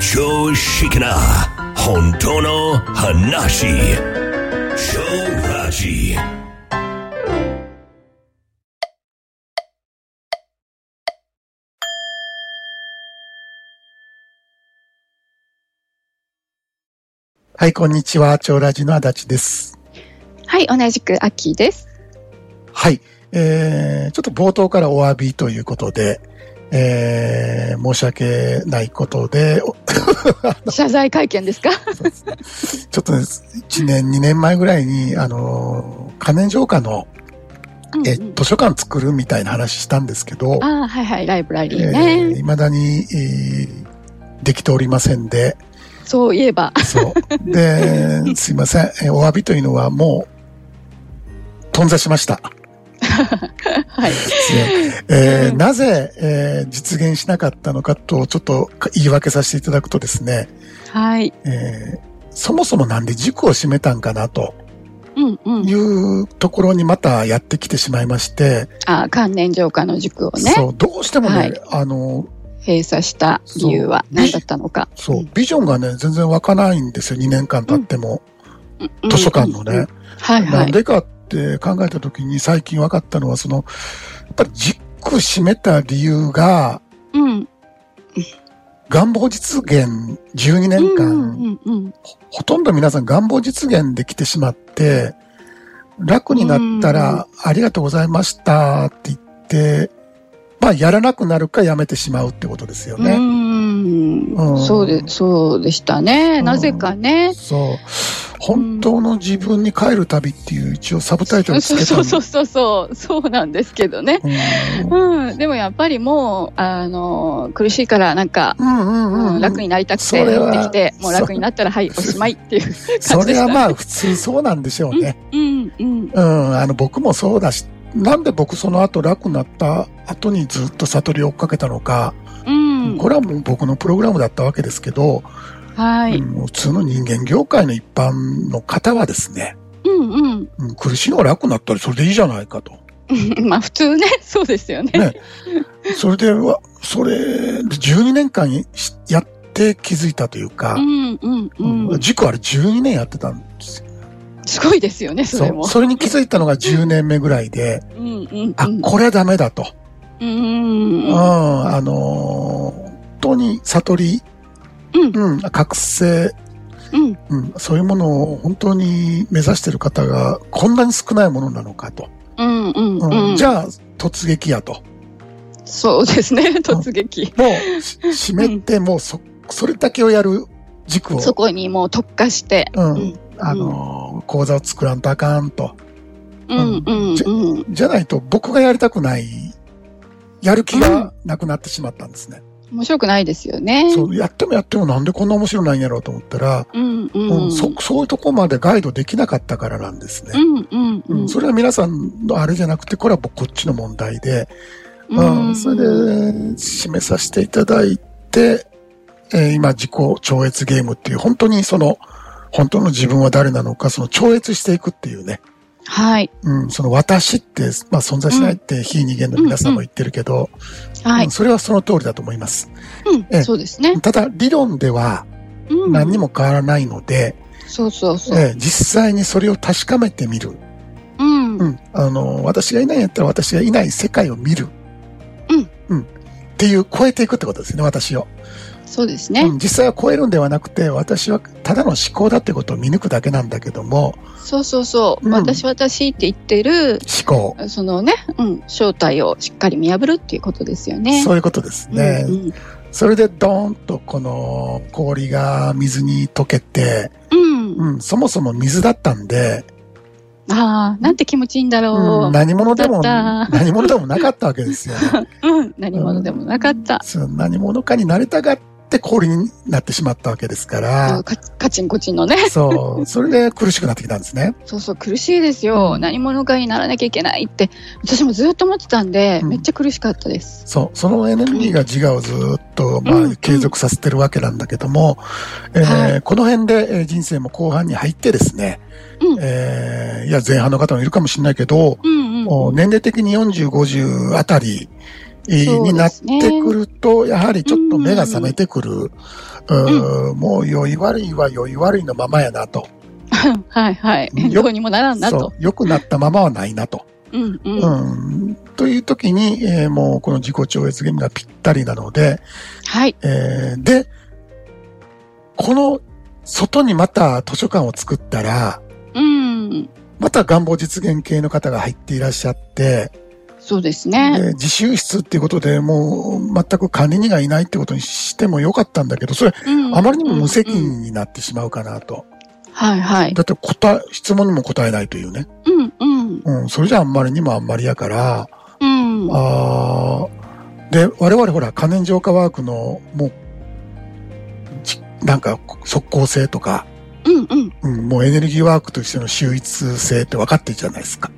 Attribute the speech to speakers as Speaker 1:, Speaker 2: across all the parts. Speaker 1: 常識な本当の話超ラジ
Speaker 2: はい、こんにちは。超ラジの足立です。
Speaker 3: はい、同じく秋です。
Speaker 2: はい、えー、ちょっと冒頭からお詫びということで、えー、申し訳ないことで、 お
Speaker 3: 謝罪会見ですか
Speaker 2: ちょっとね、1年、2年前ぐらいに、あのー、仮面浄化の、
Speaker 3: うん
Speaker 2: え、
Speaker 3: うん
Speaker 2: 図書館作るみたいな話したんですけど、
Speaker 3: ああ、はいはい、ライブラ
Speaker 2: え
Speaker 3: リーね。
Speaker 2: ー未だに、えーできておりませんで、
Speaker 3: そういえば。
Speaker 2: そう。で、すいません。えーお詫びというのはもう、頓挫しました。
Speaker 3: はい。
Speaker 2: ですねえー
Speaker 3: うん
Speaker 2: なぜ、えー実現しなかったのかと、ちょっと言い訳させていただくとですね、
Speaker 3: はい。
Speaker 2: えーそもそもなんで塾を閉めたんかなと
Speaker 3: うんうん
Speaker 2: い。うところにまたやってきてしまいまして、
Speaker 3: あー関連浄化の塾をね、
Speaker 2: そう、どうしてもね、
Speaker 3: はい
Speaker 2: あの、
Speaker 3: 閉鎖した理由は
Speaker 2: そう
Speaker 3: 何だったのか。
Speaker 2: そう、ビジョンがね、全然湧かないんですよ、2年間経っても。
Speaker 3: うん
Speaker 2: 図書館の
Speaker 3: うんう
Speaker 2: ね
Speaker 3: ん。はい
Speaker 2: な
Speaker 3: は
Speaker 2: ん
Speaker 3: い。
Speaker 2: でかって考えたときに最近分かったのは、その、やっぱり塾閉めた理由が、
Speaker 3: うん。
Speaker 2: 願望実現12
Speaker 3: う
Speaker 2: 年
Speaker 3: んう
Speaker 2: 間、
Speaker 3: んうん
Speaker 2: ほとんど皆さん願望実現できてしまって、楽になったら、ありがとうございましたって言って、まあ、やらなくなるかやめてしまうってことですよ
Speaker 3: う
Speaker 2: ね。
Speaker 3: ん。
Speaker 2: う
Speaker 3: うんん。そうで、そうでしたね。なぜかね。
Speaker 2: そう。本当の自分に帰る旅っていう一応サブタイト
Speaker 3: そう
Speaker 2: ルつけた
Speaker 3: そ
Speaker 2: ん
Speaker 3: う
Speaker 2: です
Speaker 3: そうそうそう。そうなんですけどね。うん。でもやっぱりもう、あの、苦しいからなんか、
Speaker 2: うんうんうん、うん。
Speaker 3: 楽になりたく
Speaker 2: そ
Speaker 3: て
Speaker 2: れ
Speaker 3: や
Speaker 2: は
Speaker 3: ってきてもう楽になったらはいおしまいっていう
Speaker 2: それはまあ普通そうなんでしょうね。
Speaker 3: うんうん
Speaker 2: うん、あの僕もそうだし、なんで僕その後楽になった後にずっと悟りを追っかけたのか、
Speaker 3: うん
Speaker 2: これはもう僕のプログラムだったわけですけど、
Speaker 3: は
Speaker 2: う
Speaker 3: い
Speaker 2: ん普通の人間業界の一般の方はですね、
Speaker 3: うんうん
Speaker 2: うん苦しいのが楽になったらそれでいいじゃないか と。
Speaker 3: うん まあ普通ねそうですよね
Speaker 2: ねそれでは、それ、12年間しやって気づいたというか
Speaker 3: う、んうんう
Speaker 2: うん
Speaker 3: ん
Speaker 2: 塾あれ12年やってたんですよ。
Speaker 3: すごいですよねそれ
Speaker 2: そ
Speaker 3: も
Speaker 2: う。それに気づいたのが10年目ぐらいで、
Speaker 3: うんうん
Speaker 2: あ、これはダメだと。
Speaker 3: う
Speaker 2: うんん、あのー本当に悟り、
Speaker 3: うん
Speaker 2: うん、覚醒、
Speaker 3: うん
Speaker 2: うん、そういうものを本当に目指してる方がこんなに少ないものなのかと。
Speaker 3: うんう
Speaker 2: う
Speaker 3: ん
Speaker 2: ん
Speaker 3: うん
Speaker 2: じゃあ、突撃やと。
Speaker 3: そうですね 突撃
Speaker 2: もう、し閉めて、もうそ、それだけをやる軸を、
Speaker 3: そこにもう特化して
Speaker 2: う
Speaker 3: うんん、
Speaker 2: あのー講座を作らんとあかんと。
Speaker 3: うんうんうん
Speaker 2: じゃないと、僕がやりたくない、やる気がなくなってしまったんですね。
Speaker 3: 面白くないですよね
Speaker 2: そう、やってもやってもなんでこんな面白いなんやろうと思ったら、
Speaker 3: うんう
Speaker 2: うん
Speaker 3: ん
Speaker 2: そ、そういうとこまでガイドできなかったからなんです
Speaker 3: う
Speaker 2: ね。
Speaker 3: んうん
Speaker 2: う、
Speaker 3: うんん
Speaker 2: それは皆さんのあれじゃなくて、これは僕こっちの問題で、
Speaker 3: う
Speaker 2: うんん、それで、締めさせていただいて、えー今、自己超越ゲームっていう、本当にその、本当の自分は誰なのか、その超越していくっていうね、
Speaker 3: はい
Speaker 2: うん、その私って、まあ存在しないって、非人間の皆さんも言ってるけど、
Speaker 3: は
Speaker 2: う
Speaker 3: い
Speaker 2: んそれはその通りだと思います。え
Speaker 3: う
Speaker 2: え
Speaker 3: んそうですね
Speaker 2: ただ、理論では
Speaker 3: うん
Speaker 2: 何にも変わらないので、
Speaker 3: そうそうそう
Speaker 2: えー実際にそれを確かめてみる。
Speaker 3: うん
Speaker 2: うん、あの、私がいないんやったら私がいない世界を見る。
Speaker 3: うん。
Speaker 2: うん。っていう、超えていくってことですね、私を。
Speaker 3: そうです
Speaker 2: う
Speaker 3: ね。
Speaker 2: ん、実際は超えるんではなくて、私はただの思考だってことを見抜くだけなんだけども、
Speaker 3: そうそうそう。
Speaker 2: うん
Speaker 3: 私私って言ってる、
Speaker 2: 思考。
Speaker 3: そのね、うん、正体をしっかり見破るっていうことですよね。
Speaker 2: そういうことですね。
Speaker 3: うん
Speaker 2: それでドーンとこの氷が水に溶けて、
Speaker 3: うん。う
Speaker 2: うん、そもそも水だったんで、
Speaker 3: ん。ああ、なんて気持ちいいんだ
Speaker 2: うん、
Speaker 3: ろう。
Speaker 2: 何者でも、
Speaker 3: だった
Speaker 2: 何者でもなかったわけです よ、ね
Speaker 3: うん。何者でもなかった。
Speaker 2: そう。何者かになりたがって氷になってしまったわけですから
Speaker 3: そう、カチカチンコチンのね。
Speaker 2: そう、それで苦しくなってきたんですね。
Speaker 3: そうそう、苦しいですよ。何者かにならなきゃいけないって、私もずっと思ってたんで、
Speaker 2: うん
Speaker 3: めっちゃ苦しかったです。
Speaker 2: そう、そのエネルギーが自我をずっと、
Speaker 3: う
Speaker 2: まあ、
Speaker 3: ん
Speaker 2: 継続させてるわけなんだけども、えー
Speaker 3: は
Speaker 2: この辺で、えー人生も後半に入ってですね、
Speaker 3: うん
Speaker 2: えーいや、前半の方もいるかもしれないけど、
Speaker 3: うんうん。
Speaker 2: もう年齢的に40、50あたり、になってくると、やはりちょっと目が覚めてくる。うーもう酔い悪いは酔い悪いのままやなと。
Speaker 3: はいはい。
Speaker 2: よ
Speaker 3: どうにもならんなと
Speaker 2: そ。う。良くなったままはないなと。
Speaker 3: うんうん。
Speaker 2: うん。という時に、えーもうこの自己超越ゲームがぴったりなので、
Speaker 3: はい。
Speaker 2: えーで、この外にまた図書館を作ったら、
Speaker 3: うん。
Speaker 2: また願望実現系の方が入っていらっしゃって、
Speaker 3: そうですね。
Speaker 2: で自習室っていうことでもう全く管理人がいないってことにしてもよかったんだけど、それ
Speaker 3: うん
Speaker 2: あまりにも無責
Speaker 3: うんうん
Speaker 2: 任になってしまうかなと。
Speaker 3: はいはい。
Speaker 2: だって答え、質問にも答えないというね。
Speaker 3: うんうん。
Speaker 2: うん、それじゃあんまりにもあんまりやから、
Speaker 3: うん。
Speaker 2: あーで、我々ほら、可燃浄化ワークの、もう、じなんか、即効性とか、
Speaker 3: うんうん。
Speaker 2: うん、もうエネルギーワークとしての秀逸性って分かってるじゃないですか。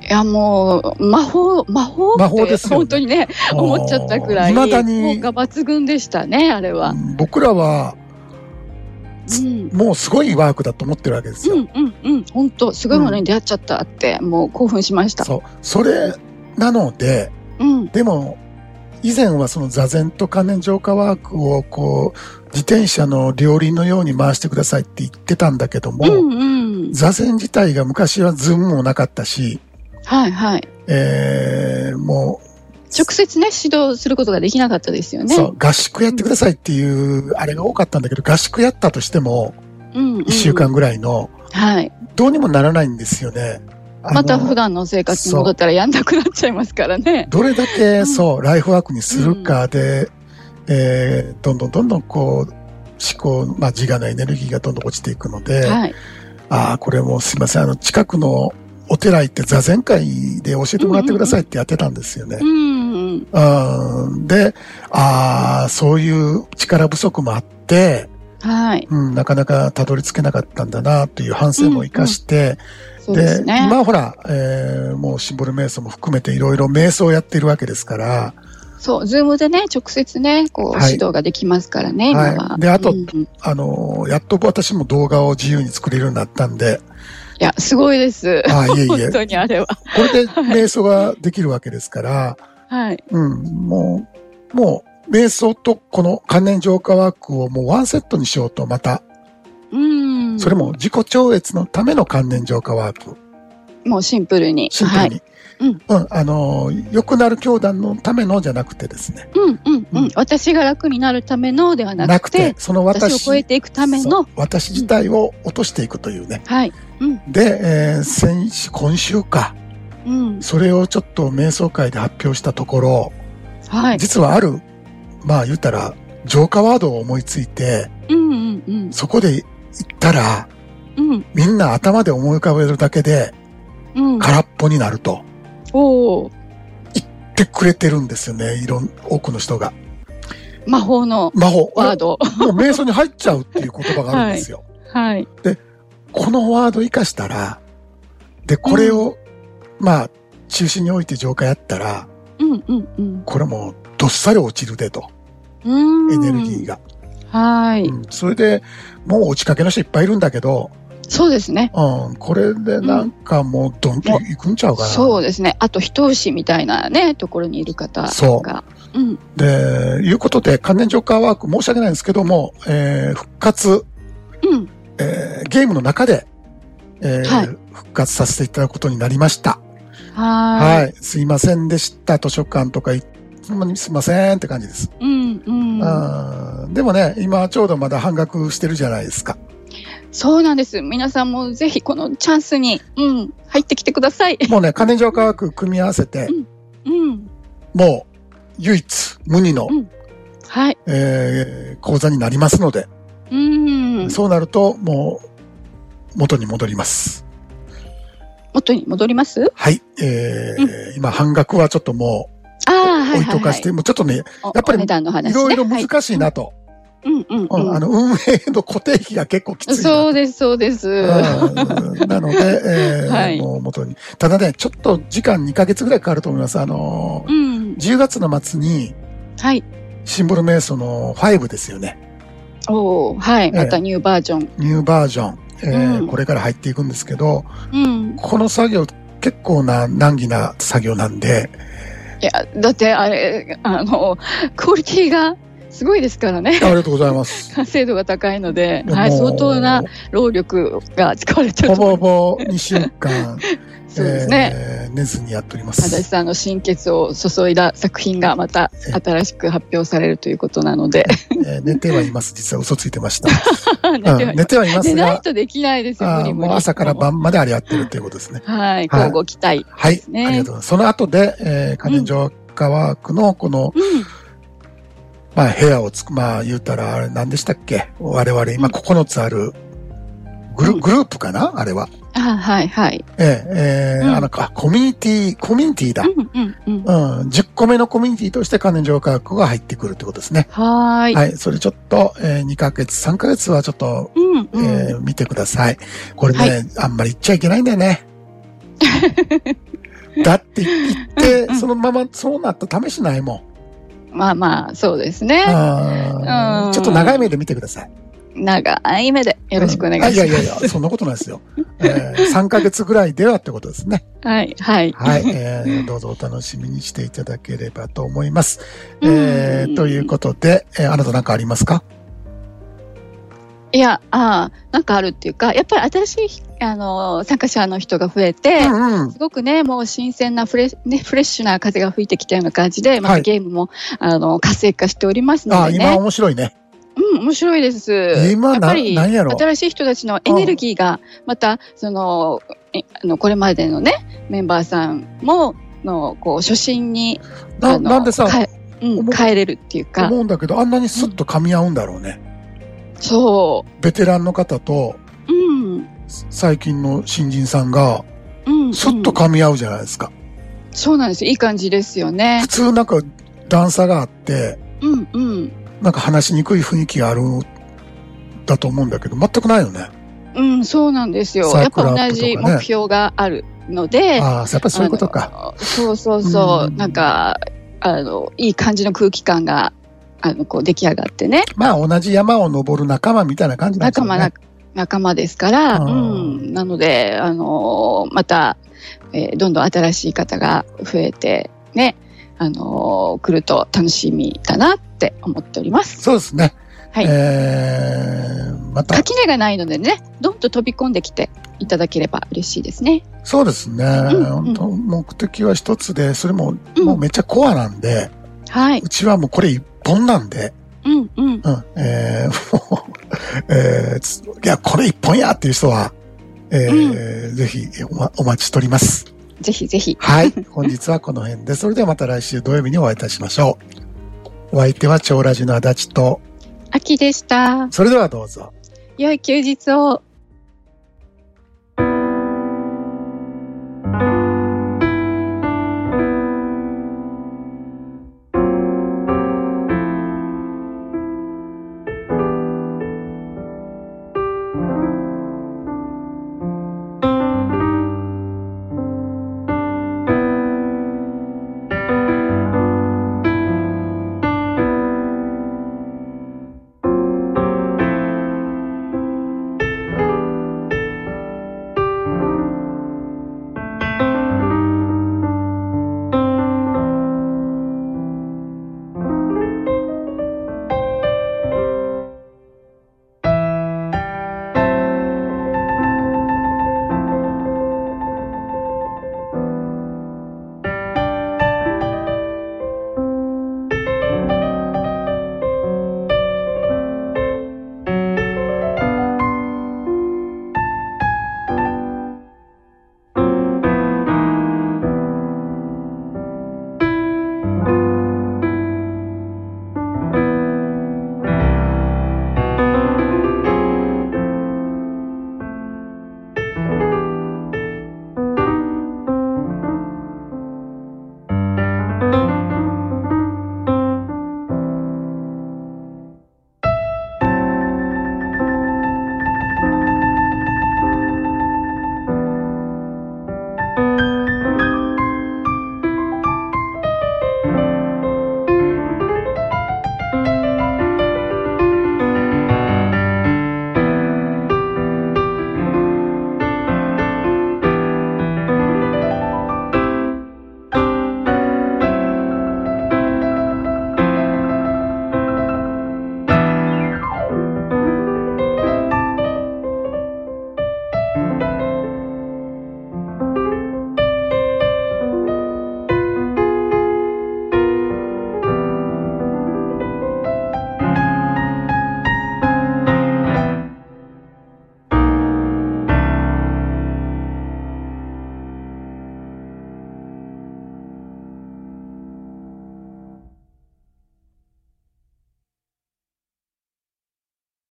Speaker 3: いやもう、魔法、魔法って
Speaker 2: 魔法ですよね
Speaker 3: 本当にね、思っちゃったくらい、
Speaker 2: あー未だ
Speaker 3: 効
Speaker 2: に、
Speaker 3: 果抜群でしたね、あれは。
Speaker 2: うん僕らは、
Speaker 3: うん。
Speaker 2: もうすごいワークだと思ってるわけですよ。
Speaker 3: うんうんうん。本当すごいものに出会っちゃったって、もう興奮しました。
Speaker 2: そう。それなので、
Speaker 3: うん。
Speaker 2: でも、以前はその座禅と可燃浄化ワークを、こう、自転車の両輪のように回してくださいって言ってたんだけども、
Speaker 3: うんうん。
Speaker 2: 座禅自体が昔はズームもなかったし、
Speaker 3: はいはい。
Speaker 2: えー、も
Speaker 3: 直接ね、指導することができなかったですよ
Speaker 2: う、
Speaker 3: ね。
Speaker 2: そう、合宿やってくださいっていう、あれが多かったんだけど、合宿やったとしても、
Speaker 3: うんうん。
Speaker 2: 1週間ぐらいの、
Speaker 3: はい。
Speaker 2: どうにもならないんですよね。あの
Speaker 3: また普段の生活に戻ったらやんなくなっちゃいますからね。
Speaker 2: どれだけ、
Speaker 3: ん
Speaker 2: そう、ライフワークにするかで、えー、どんどんどんどんこう、思考、まあ、自我のエネルギーがどんどん落ちていくので、
Speaker 3: はい。
Speaker 2: ああ、これもうすいません、あの、近くのお寺行って座禅会で教えてもらってくださいってやってたんですよね。
Speaker 3: うんうん。
Speaker 2: うんで、ああ、そういう力不足もあって、
Speaker 3: はい。
Speaker 2: うん、なかなかたどり着けなかったんだな、という反省も生かして、
Speaker 3: そうですね。
Speaker 2: 今ほら、えーもうシンボル瞑想も含めていろいろ瞑想をやっているわけですから、
Speaker 3: そう、ズームでね、直接ね、こう、
Speaker 2: はい
Speaker 3: 指導ができますからね、
Speaker 2: はい
Speaker 3: 今は。
Speaker 2: であと
Speaker 3: うんうんい
Speaker 2: あのーやっと私も動画を自由に作れるようになったん で、
Speaker 3: や、すごいです。
Speaker 2: ああ、いえいえ
Speaker 3: 本、当にあれは。
Speaker 2: これで瞑想ができるわけですから、
Speaker 3: はい。
Speaker 2: うん、もう、もう、瞑想とこの関連浄化ワークをもうワンセットにしようと、また、
Speaker 3: うん。
Speaker 2: それも。自己超越のための関連浄化ワーク。
Speaker 3: もうシンプルに。
Speaker 2: シンプルに。
Speaker 3: うん
Speaker 2: うん。あのー、良くなる教団のためのじゃなくてですね。
Speaker 3: はい。うんうんう。
Speaker 2: うん
Speaker 3: 私が楽になるためのではなくて、
Speaker 2: その
Speaker 3: 私
Speaker 2: 私
Speaker 3: を超えていくため
Speaker 2: そ
Speaker 3: の
Speaker 2: う。私自体を落としていくというね。
Speaker 3: はい。うん
Speaker 2: で、えー先週、今週か。
Speaker 3: うん。
Speaker 2: それをちょっと瞑想会で発表したところ、
Speaker 3: はい。
Speaker 2: 実はある、まあ言ったら、浄化ワードを思いついて、
Speaker 3: うんうんうん。
Speaker 2: そこで言ったら、
Speaker 3: うん
Speaker 2: みんな頭で思い浮かべるだけで
Speaker 3: うん。
Speaker 2: 空っぽになると
Speaker 3: おお。
Speaker 2: 言ってくれてるんですよね。いろん、多くの人が。
Speaker 3: 魔法の
Speaker 2: 魔法。
Speaker 3: ワード。
Speaker 2: もう瞑想に入っちゃうっていう言葉があるんですよ。
Speaker 3: はい。
Speaker 2: このワード活かしたら、で、これを、まあ、中心に置いて浄化やったら、
Speaker 3: うんうんうん。
Speaker 2: これもうどっさり落ちるでと、
Speaker 3: うん。
Speaker 2: エネルギーが。
Speaker 3: はい。
Speaker 2: うんそれで、もう落ちかけの人いっぱいいるんだけど、
Speaker 3: そうですね。
Speaker 2: うん、これでなんかもうどんどんいくんちゃうかな。
Speaker 3: そうですね。あと一押しみたいなね、ところにいる方が。。
Speaker 2: そう
Speaker 3: うん。
Speaker 2: で、いうことで、関連浄化ワーク申し訳ないんですけども、えー復活、
Speaker 3: うん。
Speaker 2: えーゲームの中で、えー
Speaker 3: はい
Speaker 2: 復活させていただくことになりました。
Speaker 3: は
Speaker 2: は
Speaker 3: ーい。
Speaker 2: い。すいませんでした。図書館とかい、ほんまにすいませんって感じです。
Speaker 3: うんうん。
Speaker 2: あーでもね、今ちょうどまだ半額してるじゃないですか。
Speaker 3: そうなんです。皆さんもぜひこのチャンスに、うん、入ってきてください。
Speaker 2: もうね、金城科学組み合わせて、
Speaker 3: うん。
Speaker 2: もう唯一無二の、
Speaker 3: うんはい。
Speaker 2: えー講座になりますので、
Speaker 3: うん。
Speaker 2: そうなるともう元に戻ります。
Speaker 3: 元に戻ります
Speaker 2: はい。えー今半額はちょっとも
Speaker 3: ああ、
Speaker 2: う置
Speaker 3: はい
Speaker 2: い
Speaker 3: はい、
Speaker 2: と
Speaker 3: は
Speaker 2: か
Speaker 3: い。
Speaker 2: して、もうちょっとね、
Speaker 3: お
Speaker 2: やっぱり
Speaker 3: お値段の話ね。
Speaker 2: いろいろ
Speaker 3: はい
Speaker 2: 難しいなと。
Speaker 3: うんうん
Speaker 2: うんあ
Speaker 3: う
Speaker 2: の、運営の固定費が結構きつい
Speaker 3: ん。
Speaker 2: なと。
Speaker 3: そうです、そうです。
Speaker 2: うんなので、えー
Speaker 3: はい
Speaker 2: もう元に。ただね、ちょっと時間2ヶ月ぐらいかかると思います。あのー
Speaker 3: うん。
Speaker 2: 10月の末に、
Speaker 3: はい。
Speaker 2: シンボル瞑想の5ですよね。
Speaker 3: おおはい。またニューバージョン。
Speaker 2: ニューバージョン。えー
Speaker 3: うん
Speaker 2: これから入っていくんですけど、
Speaker 3: うん。
Speaker 2: この作業結構な難儀な作業なんで、
Speaker 3: いや、だってあれ、あの、クオリティがすごいですからね。
Speaker 2: ありがとうございます。
Speaker 3: 完成度が高いので、
Speaker 2: でも
Speaker 3: はい、相当な労力が使われてる
Speaker 2: ほ
Speaker 3: と思
Speaker 2: ぼ
Speaker 3: い
Speaker 2: ほ
Speaker 3: ます。
Speaker 2: ぼ2週 間、
Speaker 3: そうですね。
Speaker 2: えー寝ずにやっておりま
Speaker 3: 足
Speaker 2: す。
Speaker 3: 立さんの心血を注いだ作品がまた新しく発表されるということなので、
Speaker 2: えー寝てはいます。実は嘘ついてました。
Speaker 3: 寝て
Speaker 2: うん寝てはいま
Speaker 3: 寝
Speaker 2: す
Speaker 3: ない
Speaker 2: が、
Speaker 3: とできないですよ、無
Speaker 2: あ
Speaker 3: 理
Speaker 2: ー
Speaker 3: 無
Speaker 2: もう
Speaker 3: 理。
Speaker 2: 朝から晩まであれやってるっていうことですね。
Speaker 3: はい、交互期待。
Speaker 2: はい、
Speaker 3: すね
Speaker 2: ありがとうございます。その後で、えー、家電城川区のこの、
Speaker 3: うん、
Speaker 2: まあ、部屋をつく、まあ、言うたら、あれ何でしたっけ我々今9つあるグル,、グループかなあれは。
Speaker 3: あはいはい。
Speaker 2: ええええ
Speaker 3: うん
Speaker 2: あのか、コミュニティ、コミュニティだ。
Speaker 3: うんうんうん。
Speaker 2: うん、10個目のコミュニティとして関連上科学が入ってくるってことですね。
Speaker 3: はーい。
Speaker 2: はい、それちょっと、えー、2ヶ月、3ヶ月はちょっと、
Speaker 3: うんうん。
Speaker 2: えー見てください。これね、
Speaker 3: はい
Speaker 2: あんまり言っちゃいけないんだよ ね。だって言って、
Speaker 3: うんうん
Speaker 2: そのままそうなった試しないもん。
Speaker 3: まあまあ、そうですね。
Speaker 2: あー
Speaker 3: うん
Speaker 2: ちょっと長い目で見てください。
Speaker 3: 長い目でよろしくお願いします。
Speaker 2: あいやいやいや、そんなことないですよ。えー、3ヶ月ぐらいではってことですね。
Speaker 3: はいはい。
Speaker 2: はい、えーどうぞお楽しみにしていただければと思います。え
Speaker 3: う
Speaker 2: ー、
Speaker 3: ん
Speaker 2: ということで、えーあなたなんかありますか
Speaker 3: いや、ああ、なんかあるっていうか、やっぱり新しい、あの、参加者の人が増えて、
Speaker 2: うんうん。
Speaker 3: すごくね、もう新鮮なフレ,、ね、フレッシュな風が吹いてきたような感じで、ま
Speaker 2: は
Speaker 3: た
Speaker 2: い
Speaker 3: ゲームも、あの活性化しておりますの
Speaker 2: あ、
Speaker 3: で
Speaker 2: 今
Speaker 3: ね、
Speaker 2: 面白いね。
Speaker 3: うん、面白いです。
Speaker 2: 今
Speaker 3: やっ
Speaker 2: な、
Speaker 3: ぱり
Speaker 2: 何やろ
Speaker 3: 新しい人たちのエネルギーが、また、その、えあのこれまでのね、メンバーさんも、のこう初心にあ
Speaker 2: な、
Speaker 3: の
Speaker 2: なんでさ、
Speaker 3: かえうん、
Speaker 2: 思う
Speaker 3: 帰れるっていうか
Speaker 2: 思うんだけど、あんなにスッと噛み合うんだろうね。
Speaker 3: そ
Speaker 2: ベテランの方と、
Speaker 3: ううん
Speaker 2: 最近の新人さんが、
Speaker 3: うん
Speaker 2: スッと
Speaker 3: うん
Speaker 2: 噛み合うじゃないですか。
Speaker 3: そうなんですいい感じですよね
Speaker 2: 普通なんか段差があって、
Speaker 3: うんうん
Speaker 2: なんか話しにくい雰囲気があるんだと思うんだけど、全くないよね。
Speaker 3: うん、そうなんですよ。
Speaker 2: サ
Speaker 3: や
Speaker 2: ー
Speaker 3: っ
Speaker 2: クルアッ
Speaker 3: ぱ
Speaker 2: プとかね
Speaker 3: 同じ目標があるので、
Speaker 2: ああ、やっぱりそういうことか。
Speaker 3: あの。そうそうそう、
Speaker 2: うん
Speaker 3: なんか、あの、いい感じの空気感が、あの、こう出来上がってね、
Speaker 2: まあ同じ山を登る仲間みたいな感じなんです
Speaker 3: 仲
Speaker 2: よね。
Speaker 3: 間な、仲間ですから、
Speaker 2: あ
Speaker 3: う
Speaker 2: ー
Speaker 3: ん、なので、あの、また、えーどんどん新しい方が増えて、ね、あの、来ると楽しみだなって思っております。
Speaker 2: そうですね。
Speaker 3: はい
Speaker 2: えー、また、
Speaker 3: 垣根がないのでね、どんと飛び込んできていただければ嬉しいですね。
Speaker 2: そうですね。
Speaker 3: ん
Speaker 2: 本当目的は一つで、それも、
Speaker 3: うん
Speaker 2: もうめっちゃコアなんで、。
Speaker 3: はいう
Speaker 2: ちはもうこれ一本なんで、
Speaker 3: うんうん。
Speaker 2: うん、えー、もう、えーつ、いや、これ一本やっていう人は、えーぜひおまお待ちしております。
Speaker 3: ぜひぜひ。
Speaker 2: はい。本日はこの辺で、それではまた来週土曜日にお会いいたしましょう。お相手は超ラジの足立と、
Speaker 3: 秋でした。
Speaker 2: それではどうぞ。
Speaker 3: 良い休日を。